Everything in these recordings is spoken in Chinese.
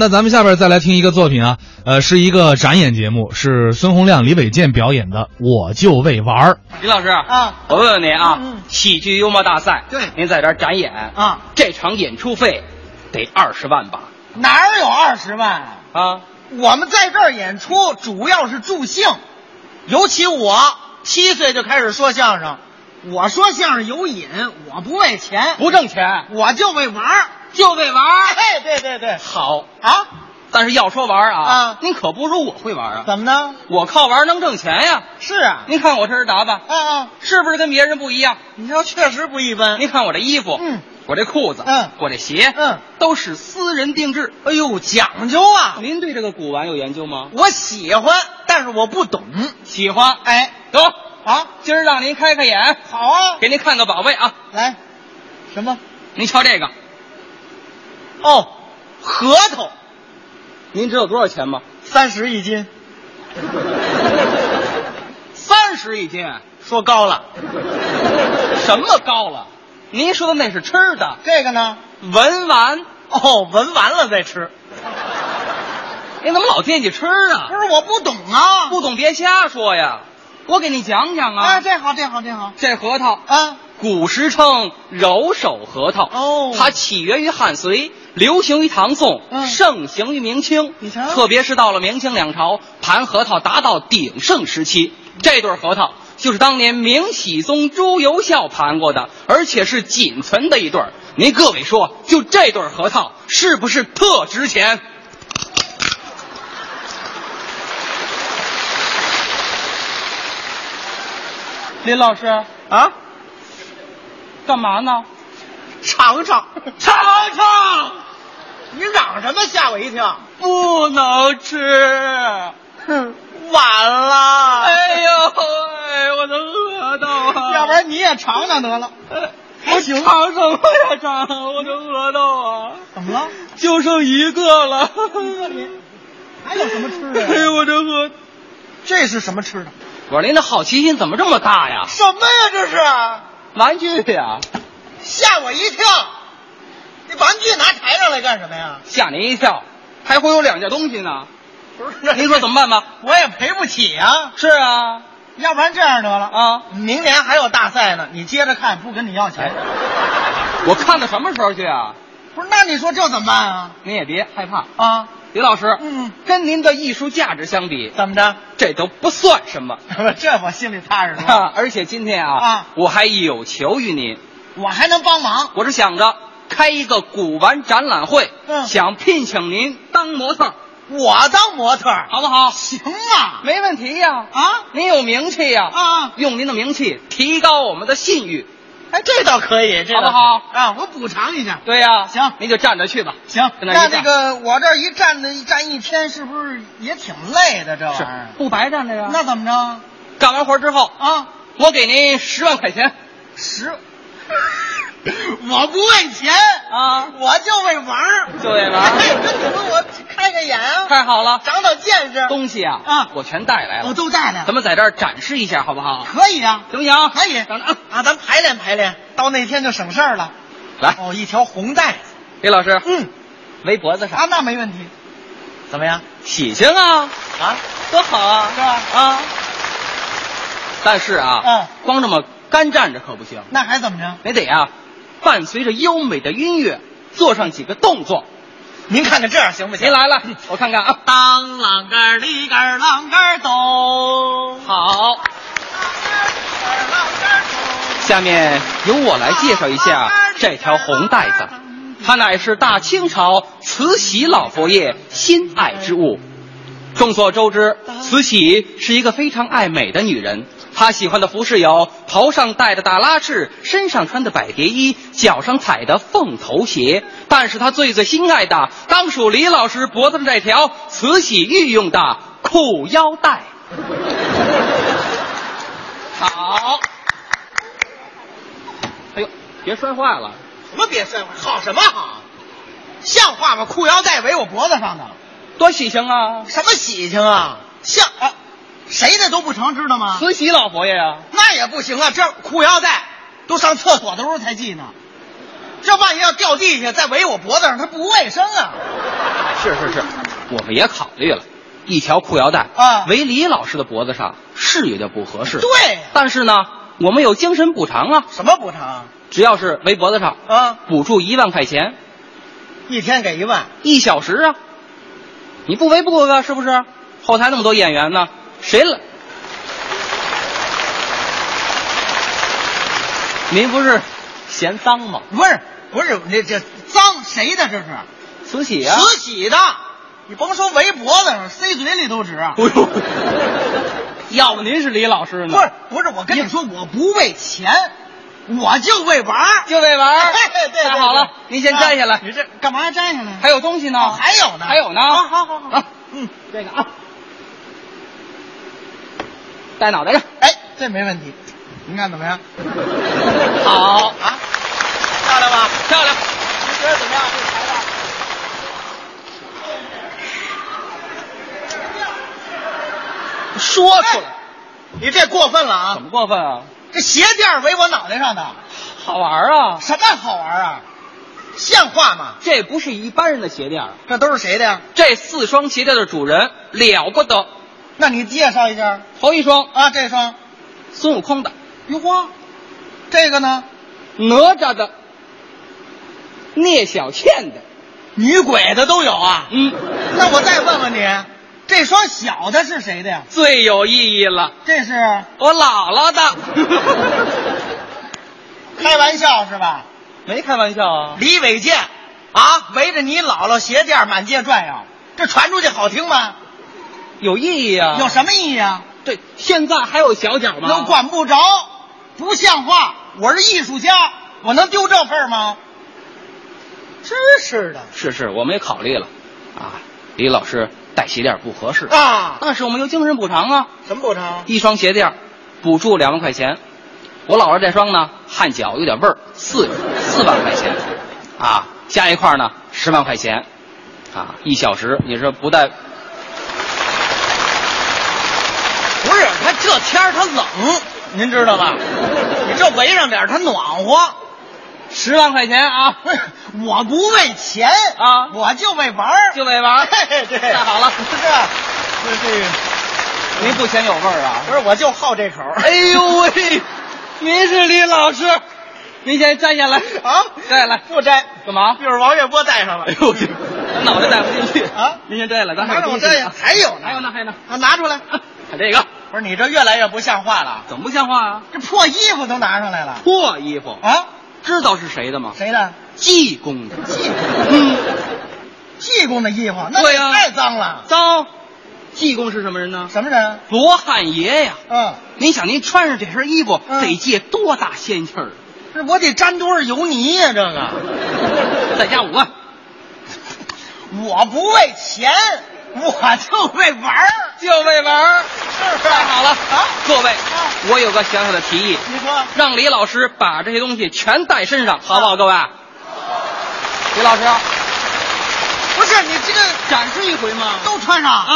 那咱们下边再来听一个作品啊，呃，是一个展演节目，是孙洪亮、李伟健表演的《我就为玩儿》。李老师啊，我问问您啊，嗯嗯喜剧幽默大赛，对您在这儿展演啊，这场演出费得二十万吧？哪儿有二十万啊？啊，我们在这儿演出主要是助兴，尤其我七岁就开始说相声，我说相声有瘾，我不为钱，不挣钱，我哎就为玩儿，就为玩儿哎，对对对，好，啊，但是要说玩儿啊，啊您可不如我会玩儿啊，怎么呢？我靠玩儿能挣钱呀。是啊，您看我这身打扮，啊啊，是不是跟别人不一样？你这确实不一般。您看我这衣服，嗯，我这裤子，嗯我这鞋，嗯，都是私人定制。哎呦，讲究啊！您对这个古玩有研究吗？我喜欢，但是我不懂。喜欢，哎，得，啊，今儿让您开开眼，好啊，给您看个宝贝啊！来，什么？您瞧这个，哦，核桃您知道多少钱吗？三十一斤，三十一斤，说高了。什么高了？您说的那是吃的，这个呢？文玩。哦，闻完了再吃。您怎么老惦记吃不啊？是，我不懂啊。不懂别瞎说呀，我给你讲讲啊。啊，这好，这好，这好这核桃，啊。古时称柔手核桃。哦它起源于汉隋，流行于唐宋，嗯盛行于明清。你瞧特别是到了明清两朝，盘核桃达到鼎盛时期。这对核桃就是当年明熹宗朱由校盘过的，而且是仅存的一对儿。您各位说，就这对核桃是不是特值钱？林老师啊，干嘛呢？尝尝，尝尝，你嚷什么？吓我一跳。不能吃。哼，晚了。哎 呦喂，我都饿到啊！要不然你也尝尝得了。不行，尝什么呀尝？我都饿到啊，怎么了？就剩一个了。还有什么吃哎的呀？呦，我这饿。这是什么吃的？我说您的好奇心怎么这么大呀？什么呀？这是玩具呀，吓我一跳！你玩具拿台上来干什么呀？吓您一跳，还会有两件东西呢。不是您说怎么办吧？我也赔不起啊。是啊，要不然这样得了啊明年还有大赛呢，你接着看，不跟你要钱。我看到什么时候去啊？不是，那你说这怎么办啊？您也别害怕，啊，李老师，嗯，跟您的艺术价值相比，怎么着？ 这都不算什 么。这我心里踏实啊了，而且今天啊，啊我还有求于您，我还能帮忙。我是想着开一个古玩展览会，嗯想聘请您当模特，我当模特儿好不好？行啊没问题呀、啊您有名气呀、啊！用您的名气提高我们的信誉，哎，这倒可以，这好不倒好可以啊？我补偿一下。对呀、行您就站着去吧。行，跟那那一站这个我这儿一站着一站一天，是不是也挺累的？这玩意是儿，不白站着呀。那怎么着干完活之后，啊？我给您十万块钱 十，我不为钱啊， 我就为玩儿，就为 玩儿 哎，跟你说，我开开眼啊，太好了，长长见识，东西啊，啊我全带来我了，都带来咱了，们在这儿展示一下，好不好？可以啊，行不行？可以等着啊，啊，咱排练排练，到那天就省事儿了。来，哦，一条红带子，李老师，嗯，围脖子上，啊，那没问题，怎么样？喜庆啊，啊，多好啊，嗯是吧啊，但是啊，嗯光这么干站着可不行，那还怎么着？你得啊，伴随着优美的音乐，做上几个动作。您看看这样行不行？您来了，我看看啊，当啷个儿里个儿啷个儿咚，好，啷下面由我来介绍一下这条红带子，它乃是大清朝慈禧老佛爷心爱之物。众所周知，慈禧是一个非常爱美的女人。她喜欢的服饰有头上戴的大拉翅，身上穿的百蝶衣，脚上踩的凤头鞋。但是她最最心爱的，当属李老师脖子上这条慈禧御用的裤腰带。好，哎呦，别摔坏了！什么别废话，好什么啊好？像话吗？裤腰带围我脖子上呢，多喜庆啊！什么喜庆啊？像啊，谁的都不成，知道吗？慈禧老佛爷呀、那也不行啊，这裤腰带都上厕所的时候才系呢，这万一要掉地下再围我脖子上，它不卫生啊。是是是，我们也考虑了，一条裤腰带啊围李老师的脖子上是有点不合适。对啊但是呢，我们有精神补偿啊，什么补偿只要是围脖子上，啊？补助一万块钱一天给一万，一小时啊，你不围不过啊个是不是？后台那么多演员呢，谁了？您不是嫌脏吗？不是不是，这这脏谁的这是？慈禧啊，慈禧的，你甭说围脖子上，塞嘴里都啊值。不用，要不您是李老师呢？哎不是不是，我跟你说，我不为钱，我就为玩儿。就为玩 儿对对，哎啊太好了，您先摘下来，你这干嘛摘下来？啊还有东西呢，哦还有呢，还有呢。好好好好啊，，嗯，这个啊，戴脑袋上，哎，这没问题，您看怎么样？好啊，漂亮吧？漂亮。您觉得怎么样？这材料？说出哎来，你这过分了啊怎！么过分啊？这鞋垫儿围我脑袋上的，好玩儿啊！什么好玩啊？像话吗？这不是一般人的鞋垫儿，这都是谁的呀？这四双鞋垫的主人了不得。那你介绍一下头一双啊？这双，孙悟空的，哟呵，这个呢？哪吒的，聂小倩的，女鬼的都有啊。嗯，那我再问问你，这双小的是谁的呀？最有意义了，这 是我姥姥 的。开玩笑是吧？没开玩笑啊，李伟健啊，围着你姥姥鞋垫儿满街转悠，这传出去好听吗？有意义啊。有什么意义啊？对，现在还有小脚吗？都管不着，不像话！我是艺术家，我能丢这份儿吗？真是的是是，我们也考虑了，啊，李老师带鞋垫不合适，啊！但是我们有精神补偿啊，什么补偿？一双鞋垫补助两万块钱，我姥姥这双呢汗脚有点味儿，四四万块钱，啊，加一块儿呢十万块钱，啊，一小时你说不带不是，他这天儿他冷，您知道吧？你这围上点儿它暖和。十万块钱 啊，不是，我不为钱啊我就为玩儿。就为玩儿对，太好了，不是，不是这个，您不嫌有味儿啊？不是，我就好这口儿。哎呦喂，您是李老师，您先摘下来啊，摘下来不摘，干嘛？一会儿王月波戴上了。哎呦我 去，我脑袋戴不进去啊您先摘了，咱还拿着我摘呀，还有呢，啊还有呢，还有呢，啊，拿出来。看这个不是你这越来越不像话了，怎么不像话啊？这破衣服都拿上来了破衣服，啊？知道是谁的吗？谁的？济公的。济嗯，济公的衣服，那对也呀太脏了。糟，济公是什么人呢？什么人？罗汉爷呀！嗯，您想，您穿上这身衣服，嗯得借多大仙气儿？啊这我得沾多少油泥呀、这个， 再加五万，我不为钱，我就为玩儿，就为玩儿，是不是？太好了啊！各位啊，我有个小小的提议，你说让李老师把这些东西全带身上，好不嗯好？各位，啊李老师不是你这个展示一回嘛都穿上？啊，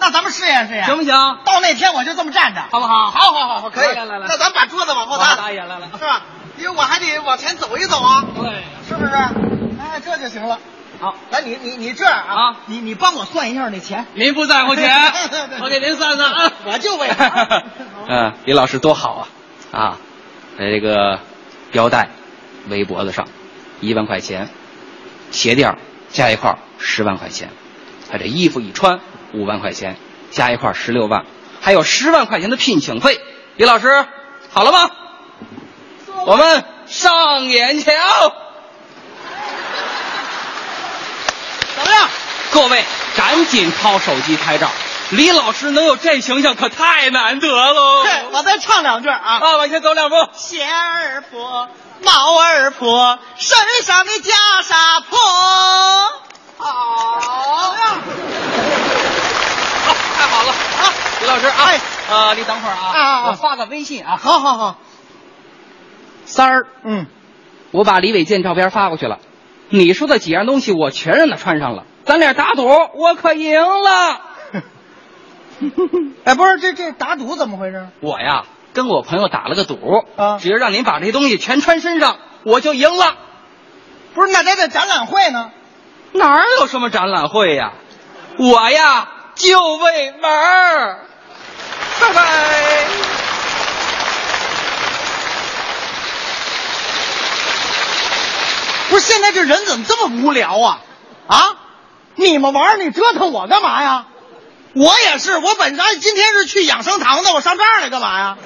那咱们试验试验行不？行？好到那天我就这么站着，不好？好好好好，可以。来来来，那咱们把桌子往后搭，大爷来了。是吧？因为我还得往前走一走啊，对，是不是？哎，这就行了。好，来，你你你这样啊，啊你你帮我算一下那钱，您不在乎 钱对对，对我给您算算啊。我就为 嗯，李老师多好啊啊！这个腰带围脖子上，一万块钱，鞋垫儿加一块儿十万块钱，啊，这衣服一穿五万块钱，加一块儿十六万，还有十万块钱的聘请费。李老师，好了吗？我们上演去啊！怎么样？各位赶紧掏手机拍照，李老师能有这形象可太难得喽！对，我再唱两句啊。啊，往前走两步。鞋儿破，帽儿破，身上的袈裟破。好呀，啊，太好了啊，李老师啊，啊，你等会儿啊，哎啊啊我发个微信啊。好好好，三儿，嗯，我把李伟健照片发过去了，你说的几样东西我全让他穿上了，咱俩打赌，我可赢了。哎，不是，这这打赌怎么回事？我呀，跟我朋友打了个赌，啊只要让您把这些东西全穿身上，我就赢了。不是，那得在展览会呢。哪儿有什么展览会呀？我呀就为玩儿。拜拜。不是现在这人怎么这么无聊啊？啊，你们玩儿你折腾我干嘛呀？我也是，我本来今天是去养生堂的，我上这儿来干嘛呀？